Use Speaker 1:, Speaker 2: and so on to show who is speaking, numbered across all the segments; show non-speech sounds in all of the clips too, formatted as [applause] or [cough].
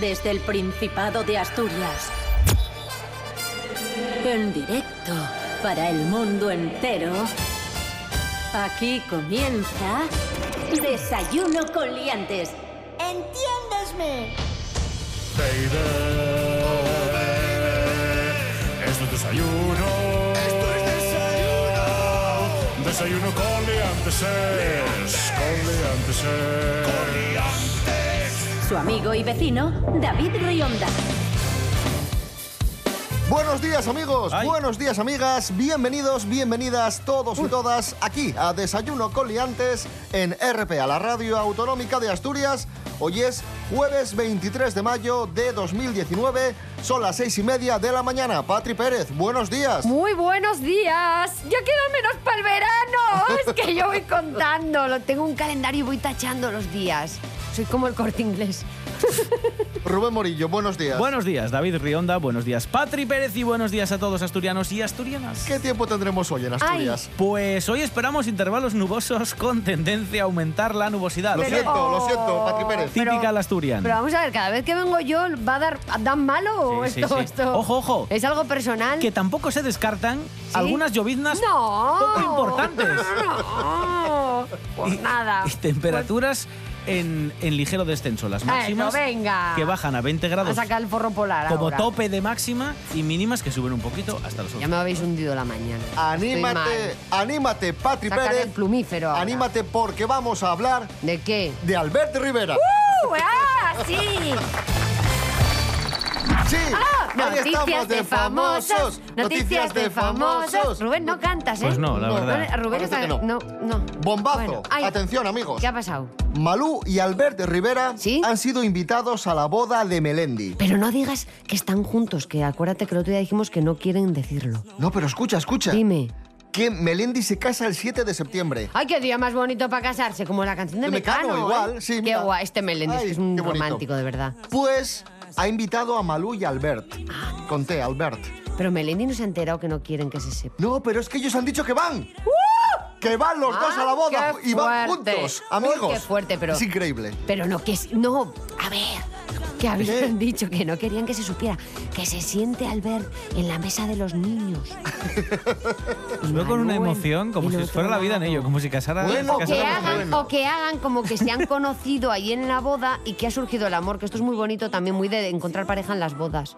Speaker 1: Desde el Principado de Asturias. En directo para el mundo entero. Aquí comienza Desayuno con Liantes.
Speaker 2: ¡Entiéndesme!
Speaker 3: Baby, oh, baby, esto es desayuno. Esto es desayuno. Desayuno con liantes. Con liantes. Con
Speaker 1: Su amigo y vecino, David Rionda.
Speaker 4: Buenos días amigos,
Speaker 5: Ay.
Speaker 4: buenos días amigas, bienvenidos, bienvenidas todos y todas aquí a Desayuno con Liantes en RPA, la radio autonómica de Asturias. Hoy es jueves 23 de mayo de 2019, son las seis y media de la mañana. Patri Pérez, buenos días.
Speaker 6: Muy buenos días. Yo quiero menos para el verano. Es que yo voy contando. Lo tengo un calendario y voy tachando los días. Soy como el corte inglés.
Speaker 4: Rubén Morillo, buenos días.
Speaker 5: Buenos días, David Rionda, buenos días, Patri Pérez y buenos días a todos asturianos y asturianas.
Speaker 4: ¿Qué tiempo tendremos hoy en Asturias?
Speaker 5: Pues hoy esperamos intervalos nubosos con tendencia a aumentar la nubosidad.
Speaker 4: Lo siento, lo siento, Patri Pérez.
Speaker 6: Pero-
Speaker 5: Típica la asturiana.
Speaker 6: Pero vamos a ver, cada vez que vengo yo, ¿va a dar dan malo o
Speaker 5: Sí, sí,
Speaker 6: esto,
Speaker 5: sí.
Speaker 6: esto?
Speaker 5: Ojo, ojo.
Speaker 6: ¿Es algo personal?
Speaker 5: Que tampoco se descartan algunas lloviznas
Speaker 6: no.
Speaker 5: poco importantes.
Speaker 6: No. Pues
Speaker 5: Y-
Speaker 6: nada.
Speaker 5: y temperaturas en, en ligero descenso. Las
Speaker 6: Bueno,
Speaker 5: máximas
Speaker 6: venga.
Speaker 5: que bajan a 20
Speaker 6: Pues, a
Speaker 5: grados
Speaker 6: sacar el forro polar
Speaker 5: como
Speaker 6: ahora.
Speaker 5: tope de máxima y mínimas que suben un poquito hasta los 11.
Speaker 6: Ya me habéis hundido la mañana.
Speaker 4: Anímate,
Speaker 6: Estoy
Speaker 4: anímate, Patri
Speaker 6: Sacar
Speaker 4: Pérez.
Speaker 6: el plumífero ahora.
Speaker 4: Anímate porque vamos a hablar
Speaker 6: mal. ¿De qué?
Speaker 4: de Albert Rivera.
Speaker 6: ¡Uh! ¡Ah, [laughs] sí!
Speaker 4: Sí,
Speaker 6: Ah,
Speaker 4: ahí estamos de famosos.
Speaker 6: Noticias de famosos. Rubén, no cantas, ¿eh?
Speaker 5: Pues no, la verdad.
Speaker 6: Rubén
Speaker 4: Parece
Speaker 6: está...
Speaker 4: que no.
Speaker 6: No, no.
Speaker 4: Bombazo.
Speaker 6: Bueno, ay,
Speaker 4: Atención, amigos.
Speaker 6: ¿Qué ha pasado?
Speaker 4: Malú y Albert Rivera
Speaker 6: ¿Sí?
Speaker 4: han sido invitados a la boda de Melendi.
Speaker 6: Pero no digas que están juntos, que acuérdate que el otro día dijimos que no quieren decirlo.
Speaker 4: No, pero escucha, escucha.
Speaker 6: Dime.
Speaker 4: Que Melendi se casa el 7 de septiembre.
Speaker 6: Ay, qué día más bonito para casarse, como la canción de
Speaker 4: De
Speaker 6: Mecano.
Speaker 4: Mecano,
Speaker 6: ¿eh?
Speaker 4: igual, sí,
Speaker 6: Qué
Speaker 4: mira.
Speaker 6: guay, este Melendi es
Speaker 4: Ay,
Speaker 6: que es un
Speaker 4: qué bonito.
Speaker 6: romántico, de verdad.
Speaker 4: Pues ha invitado a Malú y Albert.
Speaker 6: Ah.
Speaker 4: Conté, Albert.
Speaker 6: Pero Melendi no se ha enterado que no quieren que se sepa.
Speaker 4: No, pero es que ellos han dicho que van. Que van los dos a la
Speaker 6: ¡Uh! Ah,
Speaker 4: boda
Speaker 6: qué
Speaker 4: y van
Speaker 6: fuerte.
Speaker 4: juntos,
Speaker 6: Uy,
Speaker 4: amigos.
Speaker 6: qué fuerte, pero-
Speaker 4: Es increíble.
Speaker 6: Pero no, que... es- No, a ver, que habían dicho que no querían que se supiera. Que se siente al ver en la mesa de
Speaker 4: [laughs]
Speaker 6: los niños.
Speaker 5: Os veo con una
Speaker 6: Manuel,
Speaker 5: emoción como
Speaker 6: el
Speaker 5: si os
Speaker 6: otro
Speaker 5: fuera la vida en
Speaker 6: lado.
Speaker 5: ello, como si casara.
Speaker 4: Bueno,
Speaker 5: se
Speaker 6: O que,
Speaker 5: casara
Speaker 4: Casarnos,
Speaker 6: hagan,
Speaker 4: bueno.
Speaker 6: o que hagan como que se han conocido ahí en la boda y que ha surgido el amor, que esto es muy bonito también, muy de encontrar pareja en
Speaker 4: [laughs]
Speaker 6: las bodas.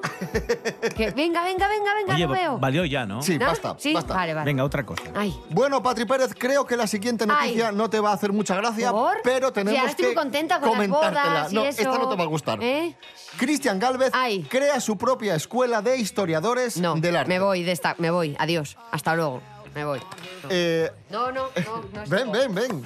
Speaker 6: Que venga, venga, venga, venga,
Speaker 5: Oye,
Speaker 6: lo veo.
Speaker 5: valió ya, ¿no?
Speaker 4: Sí,
Speaker 6: ¿No?
Speaker 4: basta,
Speaker 6: ¿Sí?
Speaker 4: basta.
Speaker 6: Vale, vale.
Speaker 5: Venga, otra cosa.
Speaker 6: Ay.
Speaker 4: Bueno, Patri Pérez, creo que la siguiente noticia
Speaker 6: Ay.
Speaker 4: no te va a hacer mucha gracia,
Speaker 6: ¿Por?
Speaker 4: pero
Speaker 6: Sí,
Speaker 4: tenemos
Speaker 6: ahora estoy
Speaker 4: que
Speaker 6: muy contenta con las
Speaker 4: comentártela.
Speaker 6: bodas y
Speaker 4: no,
Speaker 6: eso.
Speaker 4: esta no te va a gustar.
Speaker 6: ¿Eh?
Speaker 4: Cristian Galvez
Speaker 6: Ay.
Speaker 4: crea su propia escuela de historiadores
Speaker 6: No,
Speaker 4: del arte.
Speaker 6: me voy de esta, me voy. Adiós. Hasta luego. Me voy.
Speaker 4: Eh,
Speaker 6: No, no, no. no
Speaker 4: ven, ven, ven.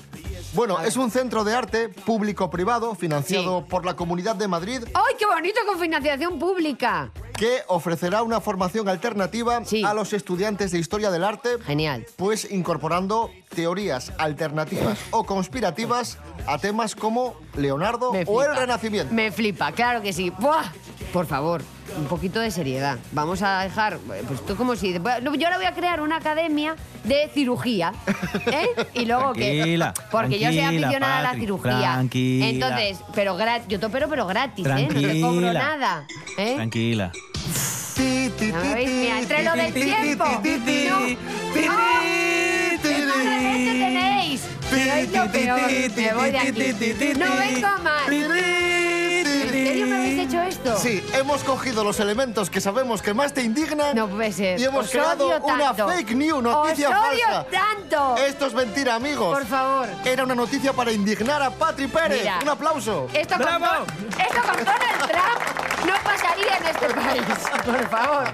Speaker 4: Bueno, es un centro de arte público-privado financiado
Speaker 6: Sí.
Speaker 4: por la Comunidad de Madrid
Speaker 6: ¡Ay, qué bonito con financiación pública!
Speaker 4: que ofrecerá una formación alternativa
Speaker 6: Sí.
Speaker 4: a los estudiantes de historia del arte.
Speaker 6: Genial.
Speaker 4: Pues incorporando teorías alternativas o conspirativas a temas como Leonardo
Speaker 6: Me
Speaker 4: o el
Speaker 6: flipa.
Speaker 4: Renacimiento.
Speaker 6: Me flipa, claro que sí. ¡Buah! Por favor, un poquito de seriedad. Vamos a dejar, pues tú como si... no, Yo ahora voy a crear una academia de cirugía, ¿eh? Y luego
Speaker 5: Tranquila,
Speaker 6: que... Porque yo soy
Speaker 5: tranquila,
Speaker 6: aficionada a la
Speaker 5: Patri,
Speaker 6: cirugía.
Speaker 5: tranquila.
Speaker 6: Entonces, pero gra- yo te opero, pero gratis, ¿eh? No te cobro nada, ¿eh?
Speaker 5: Tranquila.
Speaker 4: Ti, ti,
Speaker 6: Ya
Speaker 4: ti,
Speaker 6: me veis,
Speaker 4: ti,
Speaker 6: mira, entre
Speaker 4: ti,
Speaker 6: lo
Speaker 4: ti,
Speaker 6: del
Speaker 4: ti,
Speaker 6: tiempo.
Speaker 4: ti, ti, ti,
Speaker 6: No.
Speaker 4: ti,
Speaker 6: ¡Ah!
Speaker 4: ti,
Speaker 6: ¡Qué
Speaker 4: ti,
Speaker 6: mala leche tenéis! Sois lo peor. Me voy de aquí. No vengo más. ¿En serio me habéis
Speaker 5: [laughs]
Speaker 6: hecho esto?
Speaker 4: Sí, hemos cogido los elementos que sabemos que más te indignan
Speaker 6: No puede ser.
Speaker 4: y hemos
Speaker 6: Os
Speaker 4: creado
Speaker 6: odio
Speaker 4: una
Speaker 6: tanto.
Speaker 4: fake news, noticia
Speaker 6: Os odio
Speaker 4: falsa.
Speaker 6: tanto.
Speaker 4: Esto es mentira, amigos.
Speaker 6: Por favor.
Speaker 4: Era una noticia para indignar a Patri Pérez.
Speaker 6: Mira.
Speaker 4: Un aplauso.
Speaker 6: Esto con,
Speaker 5: ¡Bravo!
Speaker 6: esto con Donald Trump no pasaría en este país. Por favor.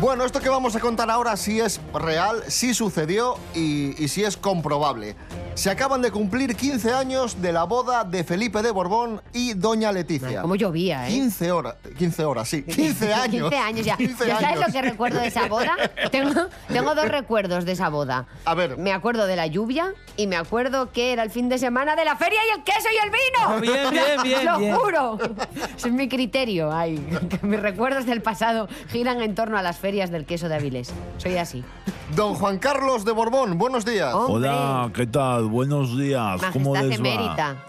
Speaker 4: Bueno, esto que vamos a contar ahora sí es real, sí sucedió y, y sí es comprobable. Se acaban de cumplir 15 años de la boda de Felipe de Borbón y Doña Leticia.
Speaker 6: Como llovía, ¿eh?
Speaker 4: 15 horas, 15 horas,
Speaker 6: [laughs]
Speaker 4: sí, 15 años.
Speaker 6: 15 años ya.
Speaker 4: 15
Speaker 6: ¿Ya sabes
Speaker 4: años.
Speaker 6: lo que recuerdo de esa boda? Tengo, tengo dos recuerdos de esa boda.
Speaker 4: A ver.
Speaker 6: Me acuerdo de la lluvia y me acuerdo que era el fin de semana de la feria y el queso y el vino. [laughs]
Speaker 5: Ah, Bien, bien, bien,
Speaker 6: Lo
Speaker 5: bien.
Speaker 6: juro. [laughs] Ese es mi criterio. Ay, que mis recuerdos del pasado giran en torno a las ferias del queso de Avilés. Soy así.
Speaker 4: Don Juan Carlos de Borbón, buenos días.
Speaker 6: Hombre,
Speaker 7: Hola, ¿qué tal? Buenos días. Pues, ¿Cómo
Speaker 6: Majestad
Speaker 7: les va?
Speaker 6: emérita. [laughs]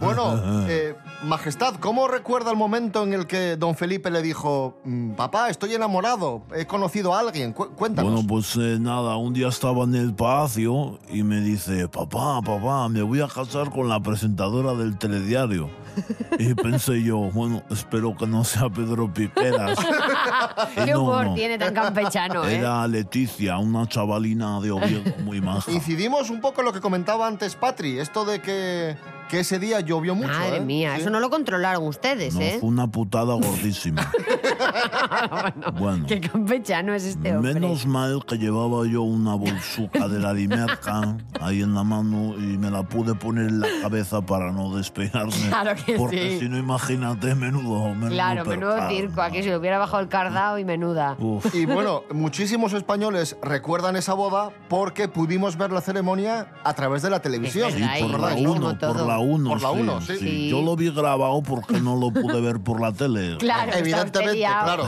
Speaker 4: Bueno, eh, Majestad, ¿cómo recuerda el momento en el que don Felipe le dijo, "Mm, papá, estoy enamorado, he conocido a alguien? Cu- cuéntanos.
Speaker 7: Bueno, pues eh, nada, un día estaba en el patio y me dice, papá, papá, me voy a casar con la presentadora del telediario. Y pensé yo, bueno, espero que no sea
Speaker 6: [laughs]
Speaker 7: Pedro Piqueras. Y
Speaker 6: Qué
Speaker 7: Eh, no,
Speaker 6: humor
Speaker 7: no.
Speaker 6: tiene tan campechano, ¿eh?
Speaker 7: [laughs] Era Leticia, una chavalina de Oviedo muy maja.
Speaker 4: Incidimos un poco en lo que comentaba antes Patri, esto de que, que ese día llovió mucho.
Speaker 6: Madre
Speaker 4: ¿eh?
Speaker 6: mía,
Speaker 4: Sí.
Speaker 6: eso no lo controlaron ustedes,
Speaker 7: No,
Speaker 6: ¿eh?
Speaker 7: fue una putada
Speaker 6: [laughs]
Speaker 7: gordísima. bueno.
Speaker 6: Qué campechano es este hombre.
Speaker 7: Menos mal que llevaba yo una bolsuca de
Speaker 6: [laughs]
Speaker 7: la Dimerca ahí en la mano y me la pude poner en la cabeza para no despegarme.
Speaker 6: Claro que
Speaker 7: porque
Speaker 6: sí.
Speaker 7: si no, imagínate, menudo. menudo
Speaker 6: Claro, menudo
Speaker 7: percal,
Speaker 6: circo.
Speaker 7: ¿no?
Speaker 6: Aquí se le hubiera bajado el cardao y menuda.
Speaker 7: Uf.
Speaker 4: Y bueno, muchísimos españoles recuerdan esa boda porque pudimos ver la ceremonia a través de la televisión.
Speaker 7: Sí,
Speaker 6: verdad, Ay,
Speaker 7: por la
Speaker 6: buenísimo
Speaker 7: 1, por
Speaker 6: todo.
Speaker 7: la 1.
Speaker 4: Por la uno, sí.
Speaker 6: Sí.
Speaker 7: Yo lo vi grabado porque no lo pude ver por
Speaker 6: [laughs]
Speaker 7: la tele.
Speaker 6: Claro, está
Speaker 4: Evidentemente,
Speaker 6: usted liado.
Speaker 4: claro.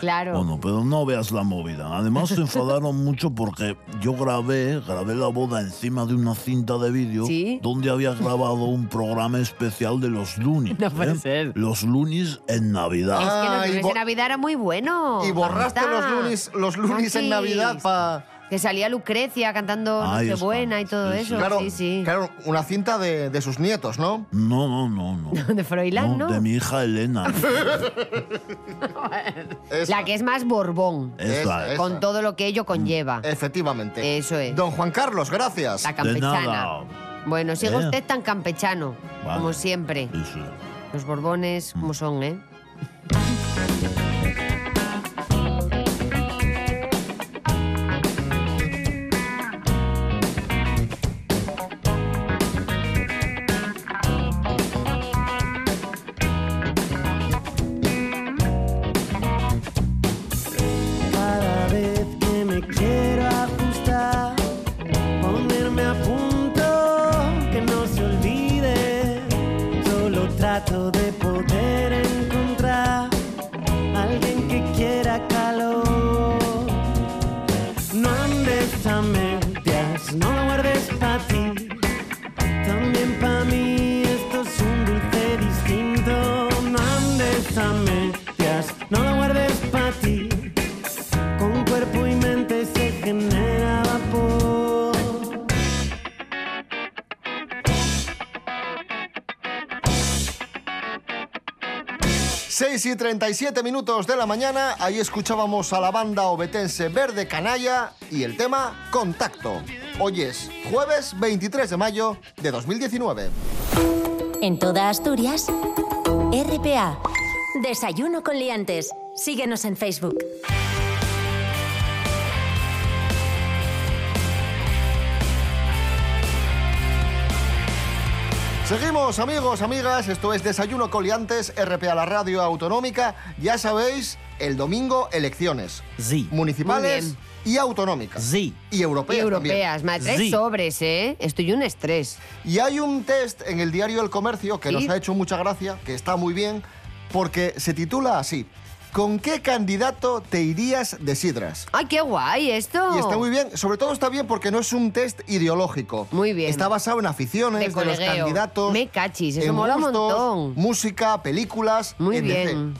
Speaker 6: Claro.
Speaker 7: Bueno, pero no veas la movida. Además
Speaker 6: [laughs]
Speaker 7: se enfadaron mucho porque yo grabé, grabé la boda encima de una cinta de vídeo
Speaker 6: Sí.
Speaker 7: donde había grabado un programa especial de los
Speaker 6: [laughs]
Speaker 7: Lunis.
Speaker 6: No puede ser.
Speaker 7: Los Lunis en
Speaker 6: Es
Speaker 7: Navidad.
Speaker 6: que los
Speaker 4: Ah, y
Speaker 6: lunes
Speaker 4: bo-
Speaker 6: de Navidad era muy bueno.
Speaker 4: Y borraste
Speaker 6: Basta.
Speaker 4: los lunes, los lunes en
Speaker 6: Francis.
Speaker 4: Navidad para...
Speaker 6: Que salía Lucrecia cantando
Speaker 7: Ahí está.
Speaker 6: Nochebuena y todo
Speaker 7: Sí, sí.
Speaker 6: eso.
Speaker 4: Claro,
Speaker 6: sí, sí.
Speaker 4: claro, una cinta de, de sus nietos, ¿no?
Speaker 7: No, no, no,
Speaker 6: [laughs]
Speaker 7: no.
Speaker 6: De Froilán, ¿no?
Speaker 7: De mi
Speaker 6: [laughs]
Speaker 7: hija Elena.
Speaker 4: Esa.
Speaker 6: La que es más Borbón,
Speaker 7: Esa
Speaker 4: Esa, Mm.
Speaker 7: es.
Speaker 6: con todo lo que ello conlleva.
Speaker 4: Efectivamente.
Speaker 6: Eso es.
Speaker 4: Don Juan Carlos, gracias.
Speaker 6: La
Speaker 7: De
Speaker 6: campechana.
Speaker 7: nada.
Speaker 6: Bueno, sigue
Speaker 7: Eh.
Speaker 6: usted tan campechano,
Speaker 7: Vale.
Speaker 6: como siempre.
Speaker 7: Sí, sí.
Speaker 6: Los Borbones,
Speaker 5: Mm.
Speaker 6: como son, ¿eh?
Speaker 8: Cada vez que me quiero ajustar, ponerme a punto, que no se olvide. Solo trato de poder encontrar alguien que quiera calor. No andes a medias, no lo guardes para ti. También para mí esto es un dulce distinto. No andes a medias, no lo guardes para ti. Con cuerpo y mente se genera vapor.
Speaker 4: Seis 6 y 37 minutos de la mañana, ahí escuchábamos a la banda obetense Verde Canalla y el tema Contacto. Hoy es jueves 23 de mayo de 2019.
Speaker 9: En toda Asturias, RPA. Desayuno con liantes. Síguenos en Facebook.
Speaker 4: Seguimos amigos, amigas, esto es Desayuno Coliantes, RPA la radio autonómica. Ya sabéis, el domingo elecciones
Speaker 5: Sí.
Speaker 4: municipales
Speaker 6: Muy
Speaker 4: y autonómicas.
Speaker 5: Sí.
Speaker 4: Y europeas.
Speaker 6: Y
Speaker 4: también.
Speaker 6: europeas, más tres
Speaker 5: Sí.
Speaker 6: sobres, ¿eh? Estoy un estrés.
Speaker 4: Y hay un test en el diario El Comercio que
Speaker 6: ¿Sí?
Speaker 4: nos ha hecho mucha gracia, que está muy bien, porque se titula así. ¿Con qué candidato te irías de sidras?
Speaker 6: ¡Ay, qué guay esto!
Speaker 4: Y está muy bien, sobre todo está bien porque no es un test ideológico.
Speaker 6: Muy bien.
Speaker 4: Está basado en aficiones
Speaker 6: De
Speaker 4: de, los
Speaker 6: colegueo.
Speaker 4: candidatos.
Speaker 6: Me cachis, eso
Speaker 4: en
Speaker 6: mola un
Speaker 4: gustos,
Speaker 6: montón.
Speaker 4: Música, películas,
Speaker 6: Muy
Speaker 4: etc..
Speaker 6: bien.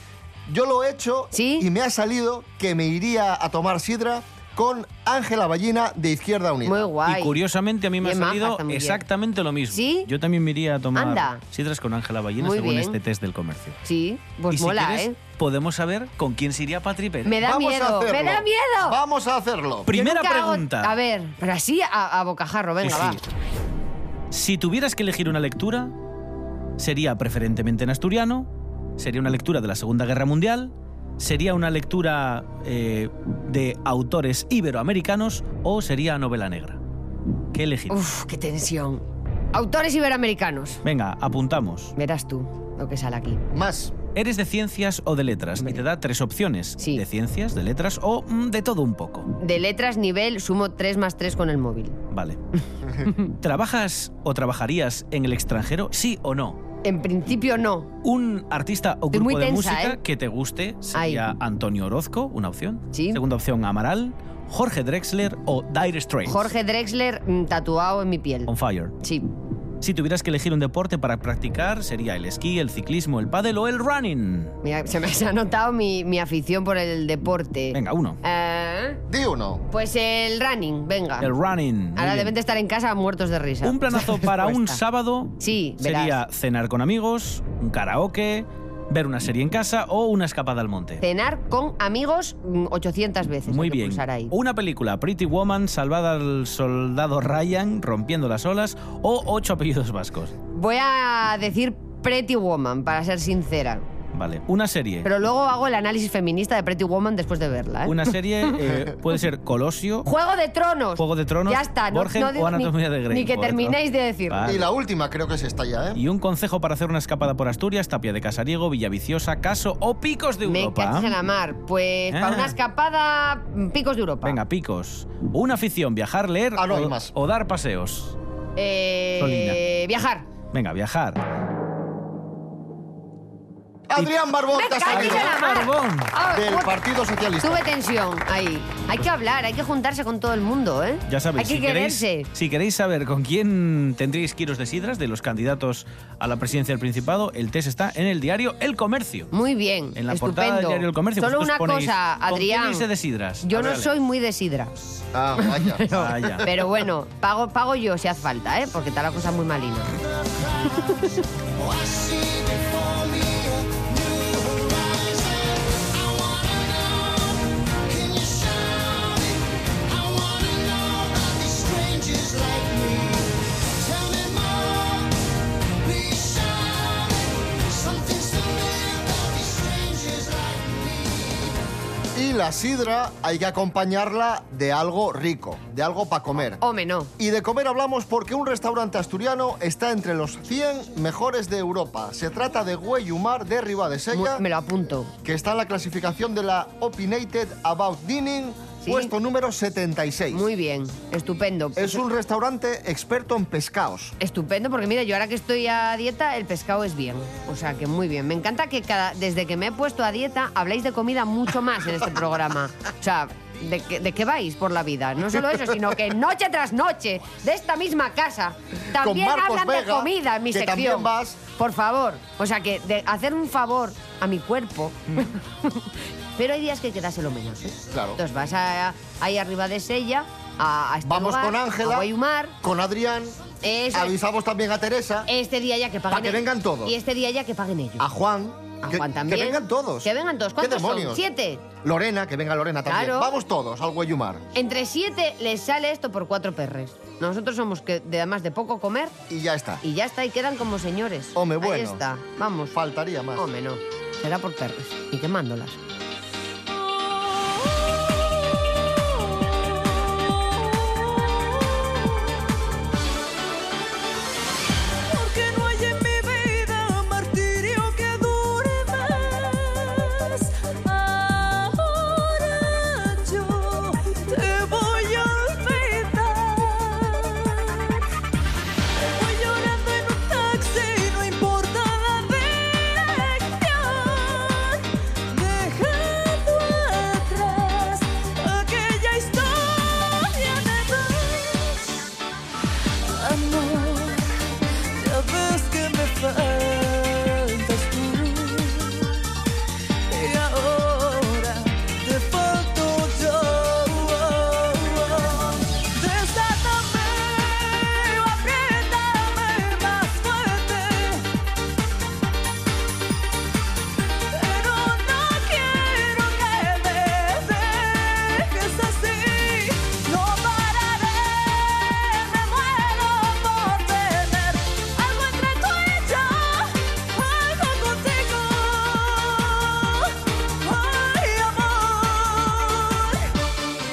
Speaker 4: Yo lo he hecho
Speaker 6: ¿Sí?
Speaker 4: y me ha salido que me iría a tomar sidra con Ángela Ballina de Izquierda Unida.
Speaker 6: Muy guay.
Speaker 5: Y curiosamente a mí me
Speaker 6: Bien
Speaker 5: ha salido
Speaker 6: majas, está muy bien.
Speaker 5: exactamente lo mismo.
Speaker 6: ¿Sí?
Speaker 5: Yo también me iría a tomar
Speaker 6: Anda.
Speaker 5: sidras con Ángela Ballina
Speaker 6: Muy
Speaker 5: según
Speaker 6: bien.
Speaker 5: este test del comercio.
Speaker 6: Sí, pues
Speaker 5: y
Speaker 6: mola,
Speaker 5: si quieres,
Speaker 6: ¿eh?
Speaker 5: podemos saber con quién se iría Patri Pérez.
Speaker 6: Me da
Speaker 4: Vamos a
Speaker 6: miedo, me
Speaker 4: hacerlo.
Speaker 6: da miedo.
Speaker 4: Vamos a hacerlo.
Speaker 6: Yo
Speaker 5: Primera
Speaker 6: nunca hago-
Speaker 5: pregunta.
Speaker 6: A ver, pero así a, a bocajarro, venga,
Speaker 5: Sí, sí. Si tuvieras que elegir una lectura, sería preferentemente en asturiano, sería una lectura de la Segunda Guerra Mundial, sería una lectura eh, de autores iberoamericanos o sería novela negra. que elegir.
Speaker 6: Uf, qué tensión. Autores iberoamericanos.
Speaker 5: Venga, apuntamos.
Speaker 6: Verás tú lo que sale aquí.
Speaker 4: Más.
Speaker 5: ¿Eres de ciencias o de letras? Y te da tres opciones.
Speaker 6: Sí.
Speaker 5: De ciencias, de letras o mm, de todo un poco.
Speaker 6: De letras nivel sumo 3 más 3 con el móvil. [laughs]
Speaker 5: Vale. ¿Trabajas o trabajarías en el extranjero? Sí o no.
Speaker 6: En principio no.
Speaker 5: Un artista o
Speaker 6: Estoy
Speaker 5: grupo
Speaker 6: muy
Speaker 5: de
Speaker 6: tensa,
Speaker 5: música
Speaker 6: ¿eh?
Speaker 5: que te guste sería
Speaker 6: Ay.
Speaker 5: Antonio Orozco, una opción.
Speaker 6: Sí.
Speaker 5: Segunda opción, Amaral, Jorge Drexler o Dire Straits.
Speaker 6: Jorge Drexler mm, tatuado en mi piel.
Speaker 5: On Fire.
Speaker 6: Sí.
Speaker 5: Si tuvieras que elegir un deporte para practicar, sería el esquí, el ciclismo, el pádel o el running.
Speaker 6: Mira, se me se ha [laughs] notado mi, mi afición por el deporte.
Speaker 5: Venga, uno.
Speaker 6: Eh,
Speaker 4: Di uno.
Speaker 6: pues el running, venga.
Speaker 5: El running. Muy
Speaker 6: ah. Ahora
Speaker 5: bien.
Speaker 6: deben de estar en casa muertos de risa. [laughs]
Speaker 5: Un planazo para un
Speaker 6: Respuesta.
Speaker 5: sábado
Speaker 6: Sí, verás.
Speaker 5: sería cenar con amigos, un karaoke, ver una serie en casa o una escapada al monte.
Speaker 6: Cenar con amigos mm, 800 veces.
Speaker 5: Muy
Speaker 6: hay que
Speaker 5: bien. Oh.
Speaker 6: pulsar ahí.
Speaker 5: Una película, Pretty Woman, Salvada al Soldado Ryan, Rompiendo las Olas o Ocho Apellidos Vascos.
Speaker 6: Voy a decir Pretty Woman, para ser sincera.
Speaker 5: Vale. Una serie.
Speaker 6: Pero luego hago el análisis feminista de Pretty Woman después de verla. ¿eh?
Speaker 5: Una serie
Speaker 6: [laughs]
Speaker 5: eh, puede ser Colosio,
Speaker 6: Juego de Tronos.
Speaker 5: Juego de Tronos,
Speaker 6: Ya está, no,
Speaker 5: Borgen
Speaker 6: no
Speaker 5: o
Speaker 6: digo ni,
Speaker 5: Anatomía de Grey.
Speaker 6: ni que
Speaker 5: Juego de
Speaker 6: terminéis de
Speaker 5: Tronos.
Speaker 6: decir.
Speaker 5: Vale.
Speaker 4: Y la última creo que es esta ya, ¿eh?
Speaker 5: Y un consejo para hacer una escapada por Asturias, Tapia de Casariego, Villaviciosa, Caso o Picos de
Speaker 6: Me
Speaker 5: Europa.
Speaker 6: cachis en la mar. Pues
Speaker 5: Ah.
Speaker 6: para una escapada, mm, picos de Europa.
Speaker 5: Venga, picos. Una afición, viajar, leer
Speaker 4: Ah, no, hay
Speaker 5: o,
Speaker 4: más.
Speaker 5: o dar paseos.
Speaker 6: Eh,
Speaker 5: Solina.
Speaker 6: viajar.
Speaker 5: Venga, viajar.
Speaker 4: Adrián Barbón, te has
Speaker 6: ¡Cachis
Speaker 4: salido
Speaker 6: en la mar!
Speaker 5: Barbón.
Speaker 6: Ah,
Speaker 4: del
Speaker 6: joder,
Speaker 4: Partido Socialista.
Speaker 6: Tuve tensión ahí. Hay que hablar, hay que juntarse con todo el mundo, ¿eh?
Speaker 5: Ya sabéis,
Speaker 6: Hay que
Speaker 5: si,
Speaker 6: quererse.
Speaker 5: queréis, si queréis saber con quién tendréis quiros de sidras de los candidatos a la presidencia del Principado, el test está en el diario El Comercio.
Speaker 6: Muy bien,
Speaker 5: En la
Speaker 6: estupendo.
Speaker 5: portada del diario El Comercio.
Speaker 6: Solo
Speaker 5: vosotros
Speaker 6: una
Speaker 5: ponéis,
Speaker 6: cosa,
Speaker 5: ¿con quién
Speaker 6: Adrián.
Speaker 5: vais de sidras?
Speaker 6: Yo no
Speaker 5: Vale, vale.
Speaker 6: soy muy de sidra,
Speaker 4: Ah, vaya.
Speaker 5: Vaya.
Speaker 6: pero
Speaker 5: [laughs]
Speaker 6: bueno, pago, pago yo si hace falta, ¿eh? Porque está la cosa muy malina.
Speaker 4: Y la sidra hay que acompañarla de algo rico, de algo para comer.
Speaker 6: Hombre, no.
Speaker 4: Y de comer hablamos porque un restaurante asturiano está entre los 100 mejores de Europa. Se trata de Güeyumar de
Speaker 6: Mu-
Speaker 4: Ribadesella,
Speaker 6: Me lo apunto.
Speaker 4: que está en la clasificación de la Opinated About Dining,
Speaker 6: Sí.
Speaker 4: puesto número 76.
Speaker 6: Muy bien, estupendo.
Speaker 4: es un restaurante experto en pescados.
Speaker 6: Estupendo, porque mira, yo ahora que estoy a dieta, el pescado es bien. O sea que muy bien. Me encanta que cada, desde que me he puesto a dieta habláis de comida mucho más en este programa. O sea, de, que- de qué vais por la vida. No solo eso, sino que noche tras noche, de esta misma casa, también
Speaker 4: Con Marcos
Speaker 6: hablan de
Speaker 4: Vega,
Speaker 6: comida en mi
Speaker 4: que
Speaker 6: sección.
Speaker 4: también vas.
Speaker 6: Por favor. O sea que de hacer un favor a mi cuerpo. [laughs] Pero hay días que hay que dárselo menos. ¿eh?
Speaker 4: Mm. Claro.
Speaker 6: Entonces vas a- ahí arriba de Sella, a, a este
Speaker 4: Vamos
Speaker 6: lugar,
Speaker 4: con Ángela,
Speaker 6: a Guayumar.
Speaker 4: con Adrián,
Speaker 6: Eso Eh, es.
Speaker 4: avisamos también a Teresa,
Speaker 6: Este día ya que paguen
Speaker 4: Pa' que
Speaker 6: ellos.
Speaker 4: vengan todos.
Speaker 6: Y este día ya que paguen ellos.
Speaker 4: a Juan,
Speaker 6: A
Speaker 4: que,
Speaker 6: Juan
Speaker 4: que
Speaker 6: también.
Speaker 4: vengan todos.
Speaker 6: Que vengan todos.
Speaker 4: ¿Qué
Speaker 6: ¿Cuántos son?
Speaker 4: demonios?
Speaker 6: Siete.
Speaker 4: Lorena, que venga Lorena también.
Speaker 6: Claro.
Speaker 4: Vamos todos al Güeyumar.
Speaker 6: Entre siete les sale esto por cuatro perres. Nosotros somos que de además de poco comer
Speaker 4: Y ya está.
Speaker 6: y ya está, y quedan como señores.
Speaker 4: Hombre, bueno.
Speaker 6: Ahí está. Vamos.
Speaker 4: Faltaría más.
Speaker 6: Hombre, no. Será por perres. Y quemándolas.
Speaker 10: Porque no hay en mi vida martirio que dure más. Ahora yo te voy a olvidar. Voy llorando en un taxi, no importa la dirección. Deja
Speaker 11: É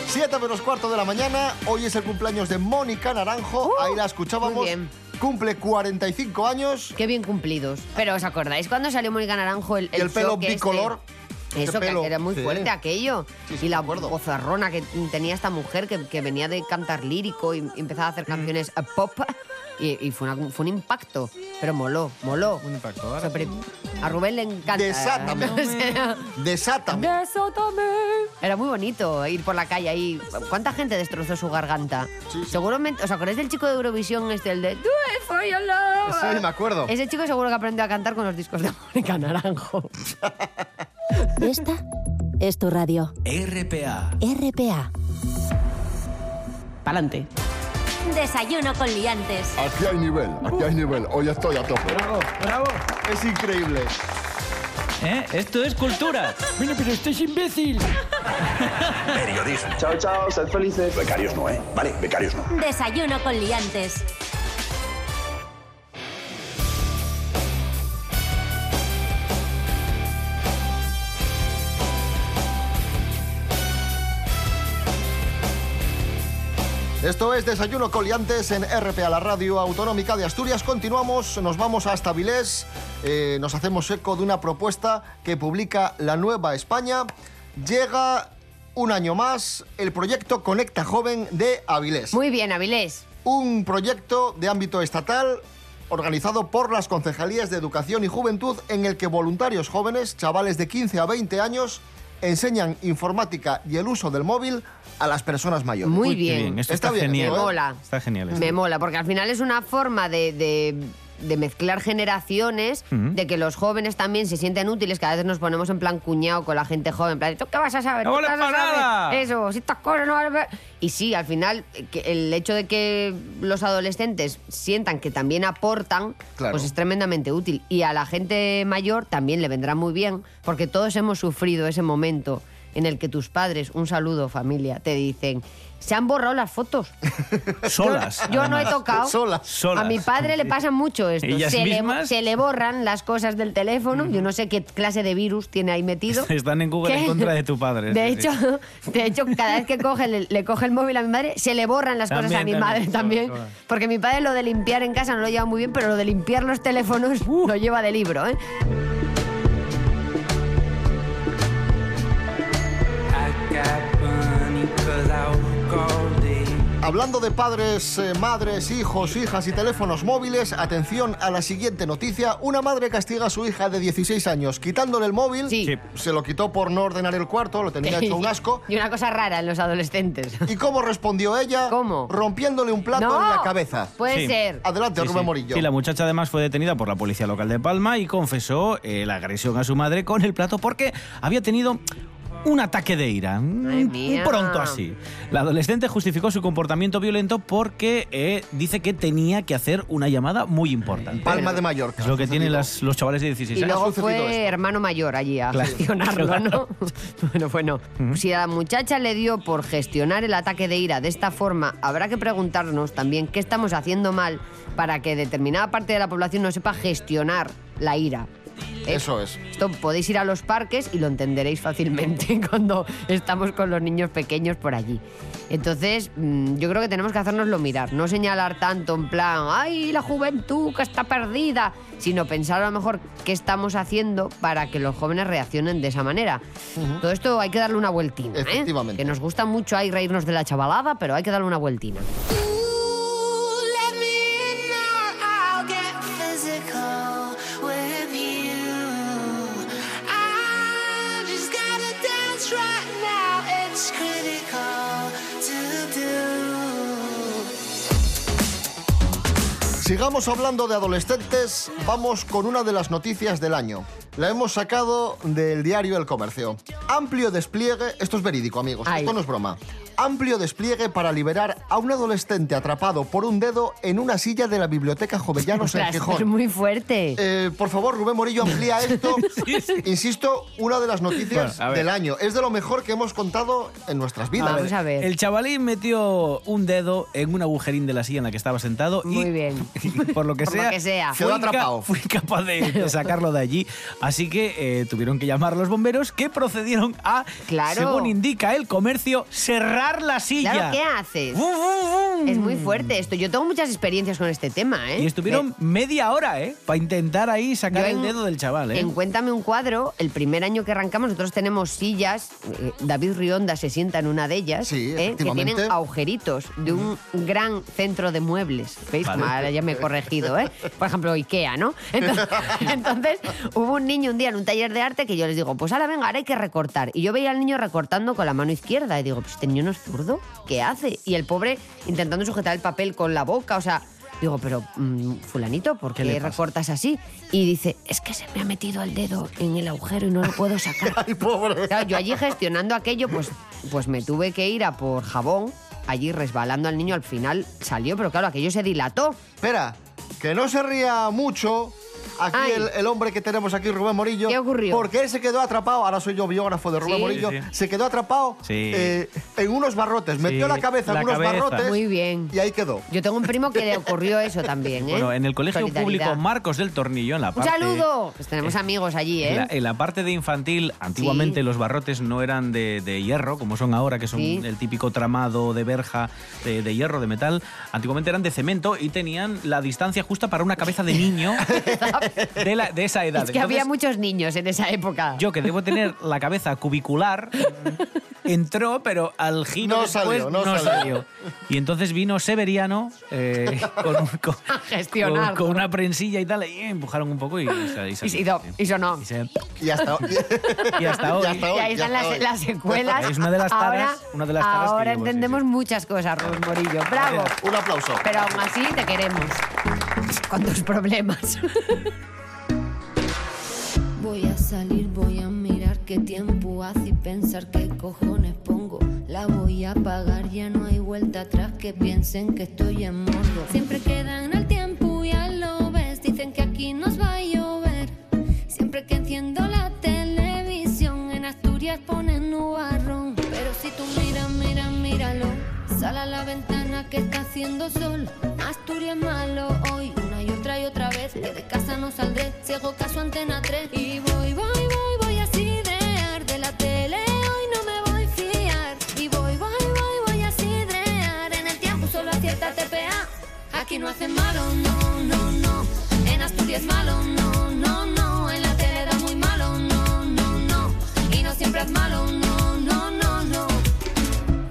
Speaker 4: 7 menos cuarto de la mañana. Hoy es el cumpleaños de Mónica Naranjo. Ahí la escuchábamos.
Speaker 6: Uh, muy bien.
Speaker 4: Cumple 45 años.
Speaker 6: Qué bien cumplidos. Pero ¿os acordáis cuando salió Mónica Naranjo el,
Speaker 4: Y el pelo
Speaker 6: shock este?
Speaker 4: bicolor. Ese
Speaker 6: Eso,
Speaker 4: pelo,
Speaker 6: que era muy
Speaker 4: sí.
Speaker 6: fuerte aquello.
Speaker 4: Sí, sí,
Speaker 6: y la
Speaker 4: me acuerdo.
Speaker 6: bozarrona que tenía esta mujer que, que venía de cantar lírico y empezaba a
Speaker 4: Mm.
Speaker 6: hacer canciones eh, pop. Y, y fue, una- fue un impacto. Pero moló, moló.
Speaker 4: Un impacto.
Speaker 6: O sea, pero a Rubén le encanta.
Speaker 4: Desátame.
Speaker 6: [laughs] O sea,
Speaker 4: Desátame.
Speaker 6: era muy bonito ir por la calle ahí. ¿Cuánta gente destrozó su garganta? Seguramente, ¿os acordáis del chico de Eurovisión este, el de Do it for your love?
Speaker 4: Sí, me acuerdo.
Speaker 6: Ese chico seguro que aprendió a cantar con los discos de Mónica Naranjo.
Speaker 9: Esta es tu radio.
Speaker 5: RPA.
Speaker 9: RPA.
Speaker 1: Pa'lante.
Speaker 9: Desayuno con liantes.
Speaker 12: Aquí hay nivel, aquí hay nivel. Hoy estoy a tope.
Speaker 6: Uh.
Speaker 4: Es increíble.
Speaker 5: ¿Eh? Esto es cultura. [laughs] Bueno, pero esto es imbécil.
Speaker 13: Periodismo. Chao, chao, sed felices. Becarios no, ¿eh? Vale, becarios no.
Speaker 9: Desayuno con liantes.
Speaker 4: Esto es Desayuno Coliantes en RPA, la radio autonómica de Asturias. Continuamos, nos vamos hasta Vilés. Eh, nos hacemos eco de una propuesta que publica La Nueva España. Llega un año más el proyecto Conecta Joven de Avilés.
Speaker 6: Muy bien, Avilés.
Speaker 4: Un proyecto de ámbito estatal organizado por las concejalías de Educación y Juventud en el que voluntarios jóvenes, chavales de 15 a 20 años, enseñan informática y el uso del móvil a las personas mayores.
Speaker 6: Muy
Speaker 5: Uy, qué
Speaker 6: bien.
Speaker 5: Esto
Speaker 4: Está
Speaker 5: está,
Speaker 4: bien,
Speaker 5: genial.
Speaker 4: me
Speaker 6: mola.
Speaker 5: Está genial. esto.
Speaker 6: Me mola, porque al final es una forma de, de- de mezclar generaciones,
Speaker 5: Ujú.
Speaker 6: de que los jóvenes también se sienten útiles, cada vez nos ponemos en plan cuñado con la gente joven, en plan, ¿tú qué vas a saber?
Speaker 5: No
Speaker 6: ¿Tú
Speaker 5: vales
Speaker 6: qué vas a
Speaker 5: para
Speaker 6: saber?
Speaker 5: nada.
Speaker 6: Eso, si estas cosas no valen para- Y sí, al final, que el hecho de que los adolescentes sientan que también aportan,
Speaker 4: Claro.
Speaker 6: pues es tremendamente útil. Y a la gente mayor también le vendrá muy bien, porque todos hemos sufrido ese momento en el que tus padres, un saludo familia, te dicen, se han borrado las fotos.
Speaker 5: Solas.
Speaker 6: Yo, yo no he
Speaker 5: además.
Speaker 6: tocado.
Speaker 4: Solas.
Speaker 5: Solas.
Speaker 6: A mi padre le pasa mucho esto.
Speaker 5: Ellas
Speaker 6: se, le,
Speaker 5: mismas. Mm.
Speaker 6: se le borran las cosas del teléfono. Yo no sé qué clase de virus tiene ahí metido.
Speaker 5: [laughs] Están en Google
Speaker 6: Que-
Speaker 5: en contra de tu padre.
Speaker 6: De
Speaker 5: sí,
Speaker 6: hecho,
Speaker 5: sí.
Speaker 6: de hecho, cada vez que coge, le, le coge el móvil a mi madre, se le borran las cosas a
Speaker 5: También,
Speaker 6: mi
Speaker 5: también,
Speaker 6: madre
Speaker 5: solas,
Speaker 6: también.
Speaker 5: solas.
Speaker 6: Porque mi padre lo de limpiar en casa no lo lleva muy bien, pero lo de limpiar los teléfonos
Speaker 5: Uh.
Speaker 6: lo lleva de libro. ¿eh?
Speaker 4: Hablando de padres, eh, madres, hijos, hijas y teléfonos móviles, atención a la siguiente noticia. Una madre castiga a su hija de 16 años quitándole el móvil.
Speaker 6: Sí. Sí.
Speaker 4: Se lo quitó por no ordenar el cuarto, lo tenía hecho un
Speaker 6: [laughs]
Speaker 4: asco.
Speaker 6: y una cosa rara en los adolescentes.
Speaker 4: ¿Y cómo respondió ella?
Speaker 6: ¿Cómo?
Speaker 4: Rompiéndole un plato
Speaker 6: No.
Speaker 4: en la cabeza.
Speaker 6: Puede
Speaker 5: Sí.
Speaker 6: ser.
Speaker 4: Adelante,
Speaker 5: Sí,
Speaker 4: Rubén
Speaker 5: sí.
Speaker 4: Morillo.
Speaker 5: Sí, la muchacha además fue detenida por la policía local de Palma y confesó eh, la agresión a su madre con el plato porque había tenido un ataque de ira.
Speaker 6: Madre
Speaker 5: Un
Speaker 6: mía.
Speaker 5: un pronto así. La adolescente justificó su comportamiento violento porque eh, dice que tenía que hacer una llamada muy importante.
Speaker 4: Palma de Mallorca.
Speaker 5: Es lo que tienen las- los chavales de 16
Speaker 6: Y
Speaker 5: años.
Speaker 6: luego
Speaker 4: sucedido
Speaker 6: fue
Speaker 4: esto.
Speaker 6: hermano mayor allí a
Speaker 5: Claro.
Speaker 6: gestionarlo, ¿no? [laughs] bueno, bueno. Si a la muchacha le dio por gestionar el ataque de ira de esta forma, habrá que preguntarnos también qué estamos haciendo mal para que determinada parte de la población no sepa gestionar la ira. ¿Eh?
Speaker 4: Eso es.
Speaker 6: Esto podéis ir a los parques y lo entenderéis fácilmente [laughs] cuando estamos con los niños pequeños por allí. Entonces, mm, yo creo que tenemos que hacernoslo mirar, no señalar tanto en plan, ¡ay, la juventud que está perdida! Sino pensar a lo mejor qué estamos haciendo para que los jóvenes reaccionen de esa manera. Todo esto hay que darle una vueltina. ¿eh?
Speaker 4: Efectivamente.
Speaker 6: Que nos gusta mucho ahí reírnos de la chavalada, pero hay que darle una vueltina.
Speaker 4: Sigamos hablando de adolescentes, vamos con una de las noticias del año. La hemos sacado del diario El Comercio. Amplio despliegue, esto es verídico amigos,
Speaker 6: Ay.
Speaker 4: esto no es broma. Amplio despliegue para liberar a un adolescente atrapado por un dedo en una silla de la biblioteca Jovellanos en
Speaker 6: Ostras, esto es
Speaker 4: Gijón.
Speaker 6: muy fuerte.
Speaker 4: Eh, por favor, Rubén Morillo,
Speaker 6: [laughs]
Speaker 4: amplía esto. Insisto, una de las noticias
Speaker 5: Bueno, a ver.
Speaker 4: del año. Es de lo mejor que hemos contado en nuestras vidas.
Speaker 6: Vamos a ver.
Speaker 5: El chavalín metió un dedo en un agujerín de la silla en la que estaba sentado y
Speaker 6: Muy bien.
Speaker 5: [laughs] por lo que
Speaker 6: Por lo
Speaker 5: sea,
Speaker 6: que sea.
Speaker 5: Fui,
Speaker 4: Quedó atrapado.
Speaker 5: ca- fui capaz de, de sacarlo de allí. Así que eh, tuvieron que llamar a los bomberos que procedieron a,
Speaker 6: Claro.
Speaker 5: según indica el comercio, cerrar girar la silla.
Speaker 6: Claro, ¿qué haces? Es muy fuerte esto. Yo tengo muchas experiencias con este tema, ¿eh?
Speaker 5: Y estuvieron media hora, ¿eh? Para intentar ahí sacar
Speaker 6: Yo
Speaker 5: el
Speaker 6: en-
Speaker 5: dedo del chaval, ¿eh?
Speaker 6: En Cuéntame un cuadro, el primer año que arrancamos, nosotros tenemos sillas. eh, David Rionda se sienta en una de ellas, ¿eh? que
Speaker 14: efectivamente.
Speaker 6: tienen agujeritos de un gran centro de muebles. ¿Veis?
Speaker 14: Vale.
Speaker 6: Como ahora ya me he corregido, ¿eh? Por ejemplo, Ikea, ¿no? Entonces, entonces, hubo un niño un día en un taller de arte que yo les digo, pues ahora venga, ahora hay que recortar. Y yo veía al niño recortando con la mano izquierda y digo, pues este niño no es zurdo, ¿qué hace? Y el pobre intentando sujetar el papel con la boca, o sea... Digo, pero mm, fulanito, ¿por qué,
Speaker 14: ¿Qué le pasa?
Speaker 6: recortas así? Y dice, es que se me ha metido el dedo en el agujero y no lo puedo sacar.
Speaker 4: ¡Ay, pobre!
Speaker 6: yo allí gestionando aquello, pues, pues me tuve que ir a por jabón, allí resbalando al niño, al final salió, pero claro, aquello se dilató.
Speaker 4: Espera, que no se ría mucho aquí
Speaker 6: Ay.
Speaker 4: el, el hombre que tenemos aquí, Rubén Morillo. ¿Qué ocurrió? Porque él se quedó atrapado, ahora soy yo biógrafo de Rubén
Speaker 6: Sí.
Speaker 4: Morillo,
Speaker 6: Sí, sí.
Speaker 4: se quedó atrapado
Speaker 5: Sí.
Speaker 4: eh, en unos barrotes, metió la cabeza
Speaker 5: la
Speaker 4: en unos
Speaker 5: cabeza.
Speaker 4: barrotes
Speaker 6: Muy bien.
Speaker 4: y ahí quedó.
Speaker 6: Yo tengo un primo que le ocurrió eso también, ¿eh?
Speaker 5: Bueno, en el colegio
Speaker 6: Solidaridad.
Speaker 5: público Marcos del Tornillo, en la
Speaker 6: ¡Un
Speaker 5: parte...
Speaker 6: saludo! Pues tenemos
Speaker 5: Eh,
Speaker 6: amigos allí, ¿eh?
Speaker 5: En la, en la parte de infantil, antiguamente los barrotes no eran de, de hierro, como son ahora, que son
Speaker 6: Sí.
Speaker 5: el típico tramado de verja de, de hierro, de metal. Antiguamente eran de cemento y tenían la distancia justa para una cabeza
Speaker 6: [laughs]
Speaker 5: de niño de, la- de esa edad.
Speaker 6: es que había muchos niños en esa época.
Speaker 5: Yo, que debo tener la
Speaker 6: [laughs]
Speaker 5: cabeza cubicular, entró, pero al giro
Speaker 4: No
Speaker 5: después
Speaker 4: salió, no salió.
Speaker 5: Y entonces vino Severiano
Speaker 6: [laughs]
Speaker 5: eh, con, un- con-
Speaker 6: gestionar.
Speaker 5: con- con una prensilla y tal, y empujaron un poco y, sal- y
Speaker 6: Y,
Speaker 5: salió.
Speaker 6: se- y no, y sonó.
Speaker 4: Y hasta hoy. [laughs]
Speaker 5: Y hasta hoy.
Speaker 6: Y ahí están las, las secuelas.
Speaker 5: Es una de las taras,
Speaker 6: ahora,
Speaker 5: una de las taras que
Speaker 6: ahora
Speaker 5: llevo, sí,
Speaker 6: entendemos muchas cosas, Rubén Morillo. Bravo.
Speaker 4: Un aplauso.
Speaker 6: Pero aún así te queremos. Con tus problemas.
Speaker 11: Voy a salir, voy a mirar qué tiempo hace y pensar qué cojones pongo. La voy a pagar, ya no hay vuelta atrás que piensen que estoy en modo. Siempre quedan al tiempo, ya lo ves, dicen que aquí nos va a llover. Siempre que enciendo la televisión, en Asturias ponen nubarrón. Pero si tú miras, mira, míralo. Sal a la ventana que está haciendo sol. Asturias malo hoy, una y otra y otra vez. Que de casa no saldré, si hago caso a antena 3. Y voy, voy, voy, voy así de De la tele hoy no me voy a fiar. Y voy, voy, voy, voy así de En el tiempo solo acierta TPA. Aquí no hacen malo, no, no, no. En Asturias malo, no, no, no. En la tele da muy malo, no, no, no. Y no siempre es malo, no, no, no, no.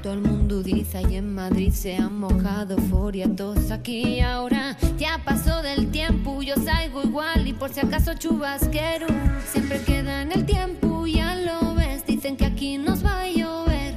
Speaker 11: Todo el mundo dice y en Madrid se han mojado euforia todos aquí y ahora ya pasó del tiempo yo salgo igual y por si acaso chubasquero siempre queda en el tiempo ya lo ves dicen que aquí nos va a llover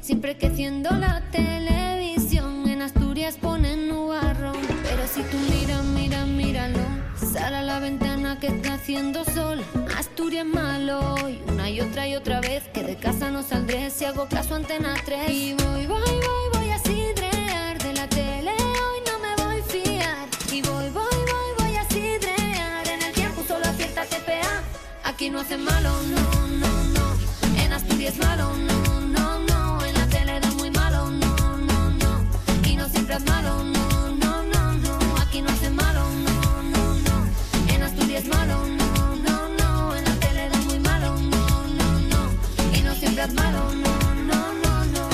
Speaker 11: siempre que enciendo la televisión en Asturias ponen nubarrón pero si tú miras mira míralo sal a la ventana que está haciendo sol Asturias malo hoy una y otra y otra vez que de casa no saldré si hago caso a antena 3 y voy voy voy voy a sidrear de la tele hoy no me voy a fiar y voy voy voy voy a sidrear en el tiempo solo acierta TPA aquí no hace malo no no no en Asturias malo no no no en la tele da muy malo no no no y no siempre es malo no no no no aquí no hace malo no no no en Asturias malo no no no en la tele da muy malo no no no y no siempre es malo no no no no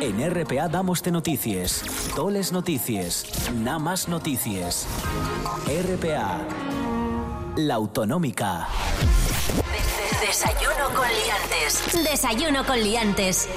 Speaker 15: En RPA damoste noticias, toles noticias, nada más noticias. RPA, la autonómica.
Speaker 9: Desayuno con liantes. Desayuno con liantes.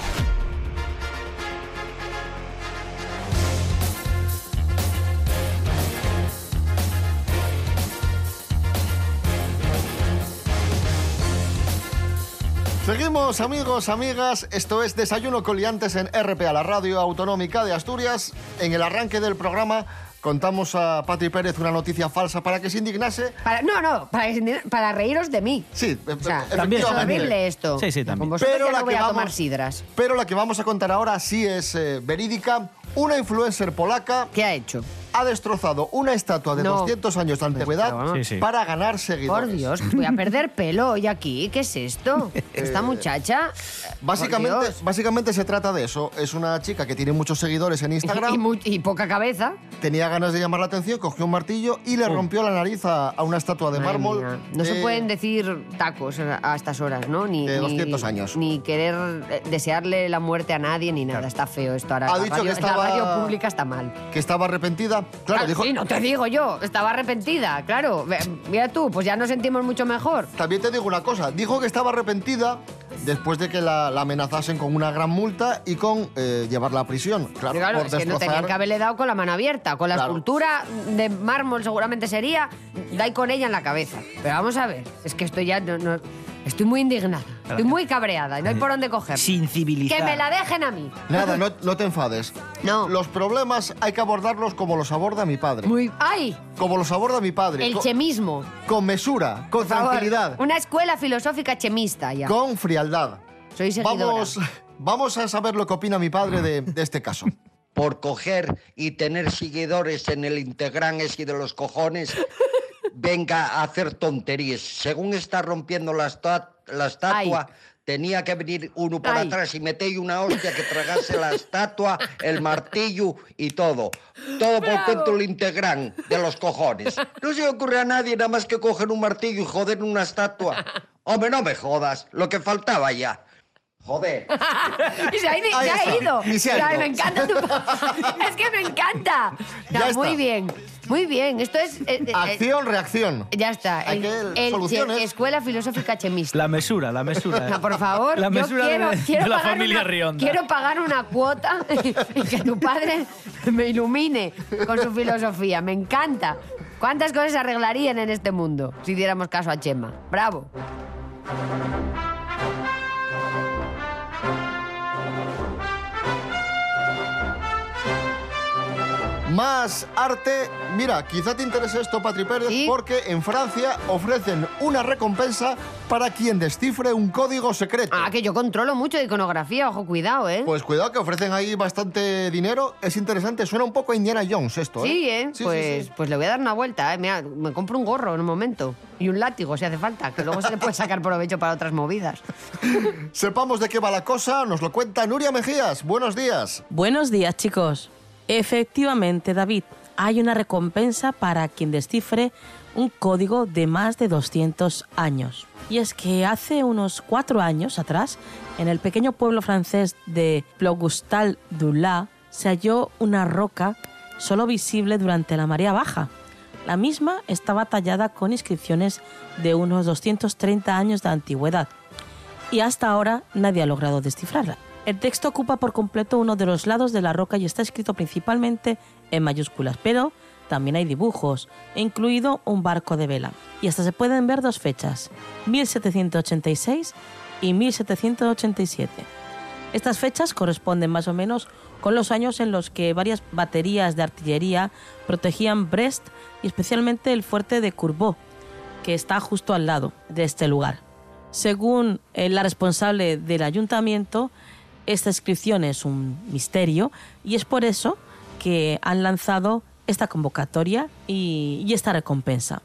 Speaker 4: Seguimos, amigos, amigas. Esto es Desayuno Coliantes en RPA, la radio autonómica de Asturias. En el arranque del programa contamos a Patri Pérez una noticia falsa para que se indignase.
Speaker 6: Para- no, no, para, para reíros de mí.
Speaker 4: Sí, e-
Speaker 6: O sea,
Speaker 4: También,
Speaker 6: es
Speaker 4: también.
Speaker 6: horrible esto.
Speaker 4: Sí, sí, también.
Speaker 6: Con vosotros
Speaker 4: Pero
Speaker 6: ya
Speaker 4: la
Speaker 6: no
Speaker 4: que
Speaker 6: voy a
Speaker 4: vamos-
Speaker 6: tomar sidras.
Speaker 4: Pero la que vamos a contar ahora sí es eh, verídica. Una influencer polaca.
Speaker 6: ¿Qué ha hecho?
Speaker 4: ha destrozado una estatua de
Speaker 6: No.
Speaker 4: 200 años de antigüedad
Speaker 6: Sí, sí.
Speaker 4: para ganar seguidores.
Speaker 6: Por Dios, voy a perder pelo hoy aquí. ¿Qué
Speaker 4: [laughs]
Speaker 6: es esto? Esta muchacha. por
Speaker 4: Eh, Básicamente,
Speaker 6: Dios.
Speaker 4: básicamente se trata de eso. Es una chica que tiene muchos seguidores en Instagram.
Speaker 6: [laughs] Y mu- y poca cabeza.
Speaker 4: Tenía ganas de llamar la atención, cogió un martillo y le rompió la nariz a, a una estatua de
Speaker 6: Uh. Madre
Speaker 4: mármol. eh,
Speaker 6: mía. No
Speaker 4: de-
Speaker 6: se pueden decir tacos a a estas horas, ¿no? Ni,
Speaker 4: De
Speaker 6: ni-
Speaker 4: 200 años.
Speaker 6: Ni querer eh, desearle la muerte a nadie ni nada. Está feo esto ahora.
Speaker 4: Ha
Speaker 6: La
Speaker 4: dicho
Speaker 6: radio-
Speaker 4: que estaba-
Speaker 6: La radio pública está mal.
Speaker 4: Que estaba arrepentida. Claro,
Speaker 6: Ah,
Speaker 4: dijo.
Speaker 6: Sí, no te digo yo. Estaba arrepentida, claro. Ve- Mira tú, pues ya nos sentimos mucho mejor.
Speaker 4: También te digo una cosa. Dijo que estaba arrepentida después de que la, la amenazasen con una gran multa y con eh, llevarla a prisión. Claro,
Speaker 6: Claro,
Speaker 4: por
Speaker 6: es que no
Speaker 4: destrozar.
Speaker 6: tenían que haberle dado con la mano abierta. Con la
Speaker 4: Claro.
Speaker 6: escultura de mármol seguramente sería, da y con ella en la cabeza. Pero vamos a ver, es que estoy ya... no- no- estoy muy indignada, estoy muy cabreada y no hay por dónde coger.
Speaker 5: Sin civilizar.
Speaker 6: Que me la dejen a mí.
Speaker 4: Nada, no, no te enfades. No. Los problemas hay que abordarlos como los aborda mi padre.
Speaker 6: Muy. ¡Ay!
Speaker 4: Como los aborda mi padre.
Speaker 6: El
Speaker 4: Co-
Speaker 6: chemismo.
Speaker 4: Con mesura, con
Speaker 6: Por favor.
Speaker 4: tranquilidad,
Speaker 6: Una escuela filosófica chemista ya.
Speaker 4: con frialdad.
Speaker 6: Soy seguidora.
Speaker 4: Vamos, [laughs] vamos a saber lo que opina mi padre de, de este caso.
Speaker 16: por coger y tener seguidores en el Instagram y de los cojones, venga a hacer tonterías. Según está rompiendo la, estua- la estatua, tenía que venir uno para
Speaker 17: Ay.
Speaker 16: atrás y meter una hostia que tragase la estatua, el martillo y todo. Todo por cuento del Instagram de los cojones. No se le ocurre a nadie nada más que coger un martillo y joder una estatua. Hombre, no me jodas, lo que faltaba ya. Joder.
Speaker 6: [laughs] Y se ha, ido-
Speaker 16: Ahí
Speaker 6: se ha
Speaker 16: está.
Speaker 6: ido.
Speaker 16: Ni se ha
Speaker 6: Ya,
Speaker 16: ido.
Speaker 6: me encanta tu... [laughs] es que me encanta. No,
Speaker 4: Ya está.
Speaker 6: muy bien. Muy bien. Esto es. eh, [laughs] eh, eh,
Speaker 4: Acción, reacción.
Speaker 6: Ya está.
Speaker 4: Hay que ver soluciones.
Speaker 6: che- Escuela Filosófica Chemista.
Speaker 5: La mesura, la mesura.
Speaker 6: No, por favor,
Speaker 5: La
Speaker 6: yo
Speaker 5: mesura
Speaker 6: quiero,
Speaker 5: de, de
Speaker 6: quiero
Speaker 5: la
Speaker 6: pagar
Speaker 5: familia
Speaker 6: una,
Speaker 5: Rionda.
Speaker 6: Quiero pagar una cuota [laughs] y que tu padre me ilumine con su filosofía. Me encanta. ¿Cuántas cosas se arreglarían en este mundo si diéramos caso a Chema? Bravo. eh.
Speaker 4: Más arte. Mira, quizá te interese esto, Patri Pérez, porque en Francia ofrecen una recompensa para quien descifre un código secreto.
Speaker 6: Ah, que yo controlo mucho de iconografía, ojo, cuidado, ¿eh?
Speaker 4: Pues cuidado, que ofrecen ahí bastante dinero. Es interesante, suena un poco a Indiana Jones esto, ¿eh?
Speaker 6: Sí, ¿eh? pues, pues le voy a dar una vuelta. ¿eh? Mira, me compro un gorro en un momento y un látigo si hace falta, que luego se le puede sacar provecho para otras
Speaker 4: [laughs]
Speaker 6: movidas.
Speaker 4: Sepamos de qué va la cosa, nos lo cuenta Nuria Mejías. Buenos días.
Speaker 11: Buenos días, chicos. Efectivamente, David, hay una recompensa para quien descifre un código de más de 200 años. Y es que hace unos cuatro años atrás, en el pequeño pueblo francés de Plogoustal du Lac, se halló una roca solo visible durante la marea baja. La misma estaba tallada con inscripciones de unos 230 años de antigüedad y hasta ahora nadie ha logrado descifrarla. El texto ocupa por completo uno de los lados de la roca y está escrito principalmente en mayúsculas, pero también hay dibujos, incluido un barco de vela. Y hasta se pueden ver dos fechas, 1786 y 1787. Estas fechas corresponden más o menos con los años en los que varias baterías de artillería protegían Brest y especialmente el fuerte de Courbeau, que está justo al lado de este lugar. Según eh, la responsable del ayuntamiento, esta inscripción es un misterio y es por eso que han lanzado esta convocatoria y, y esta recompensa.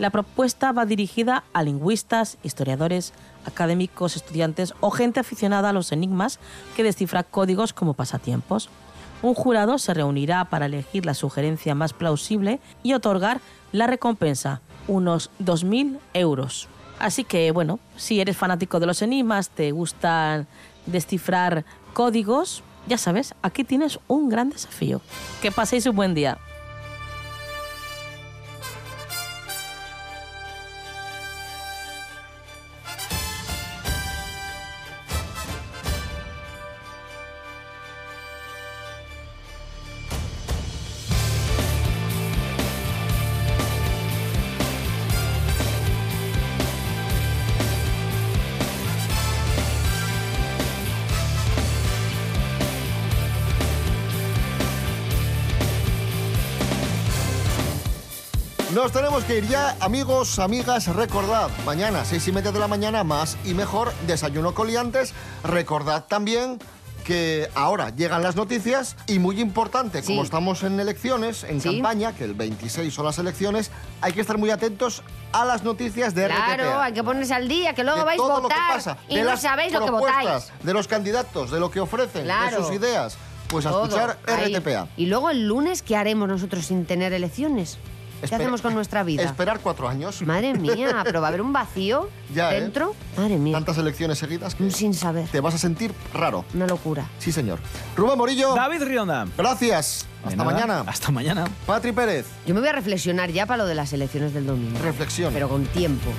Speaker 11: La propuesta va dirigida a lingüistas, historiadores, académicos, estudiantes o gente aficionada a los enigmas que descifra códigos como pasatiempos. Un jurado se reunirá para elegir la sugerencia más plausible y otorgar la recompensa, unos 2.000 euros. Así que, bueno, si eres fanático de los enigmas, te gustan descifrar códigos, ya sabes, aquí tienes un gran desafío. Que paséis un buen día.
Speaker 4: Nos tenemos que ir ya, amigos, amigas, recordad, mañana, seis y media de la mañana, más y mejor, desayuno coliantes. Recordad también que ahora llegan las noticias y muy importante, como estamos en elecciones, en
Speaker 6: Sí.
Speaker 4: campaña, que el 26 son las elecciones, hay que estar muy atentos a las noticias de
Speaker 6: Claro,
Speaker 4: RTPA.
Speaker 6: hay que ponerse al día, que luego
Speaker 4: de
Speaker 6: vais a
Speaker 4: todo lo que
Speaker 6: votar
Speaker 4: pasa,
Speaker 6: y
Speaker 4: de
Speaker 6: no
Speaker 4: las
Speaker 6: sabéis lo que
Speaker 4: propuestas,
Speaker 6: votáis.
Speaker 4: De los candidatos, de lo que ofrecen, de
Speaker 6: Claro.
Speaker 4: sus ideas. Pues a
Speaker 6: Todo,
Speaker 4: escuchar
Speaker 6: ahí.
Speaker 4: RTPA.
Speaker 6: Y luego el lunes, ¿qué haremos nosotros sin tener elecciones? ¿Qué
Speaker 4: Espera-
Speaker 6: hacemos con nuestra vida?
Speaker 4: Esperar cuatro años. [laughs]
Speaker 6: Madre mía, pero va a haber un vacío
Speaker 4: Ya, ¿eh?
Speaker 6: dentro. Madre mía.
Speaker 4: Tantas elecciones seguidas que
Speaker 6: sin saber.
Speaker 4: Te vas a sentir raro.
Speaker 6: Una locura.
Speaker 4: Sí, señor. Rubén Morillo.
Speaker 5: David Rionda.
Speaker 4: Gracias. Hasta
Speaker 5: nada.
Speaker 4: mañana.
Speaker 5: Hasta mañana.
Speaker 4: Patri Pérez.
Speaker 6: Yo me voy a reflexionar ya para lo de las elecciones del domingo.
Speaker 4: Reflexión.
Speaker 6: Pero con tiempo.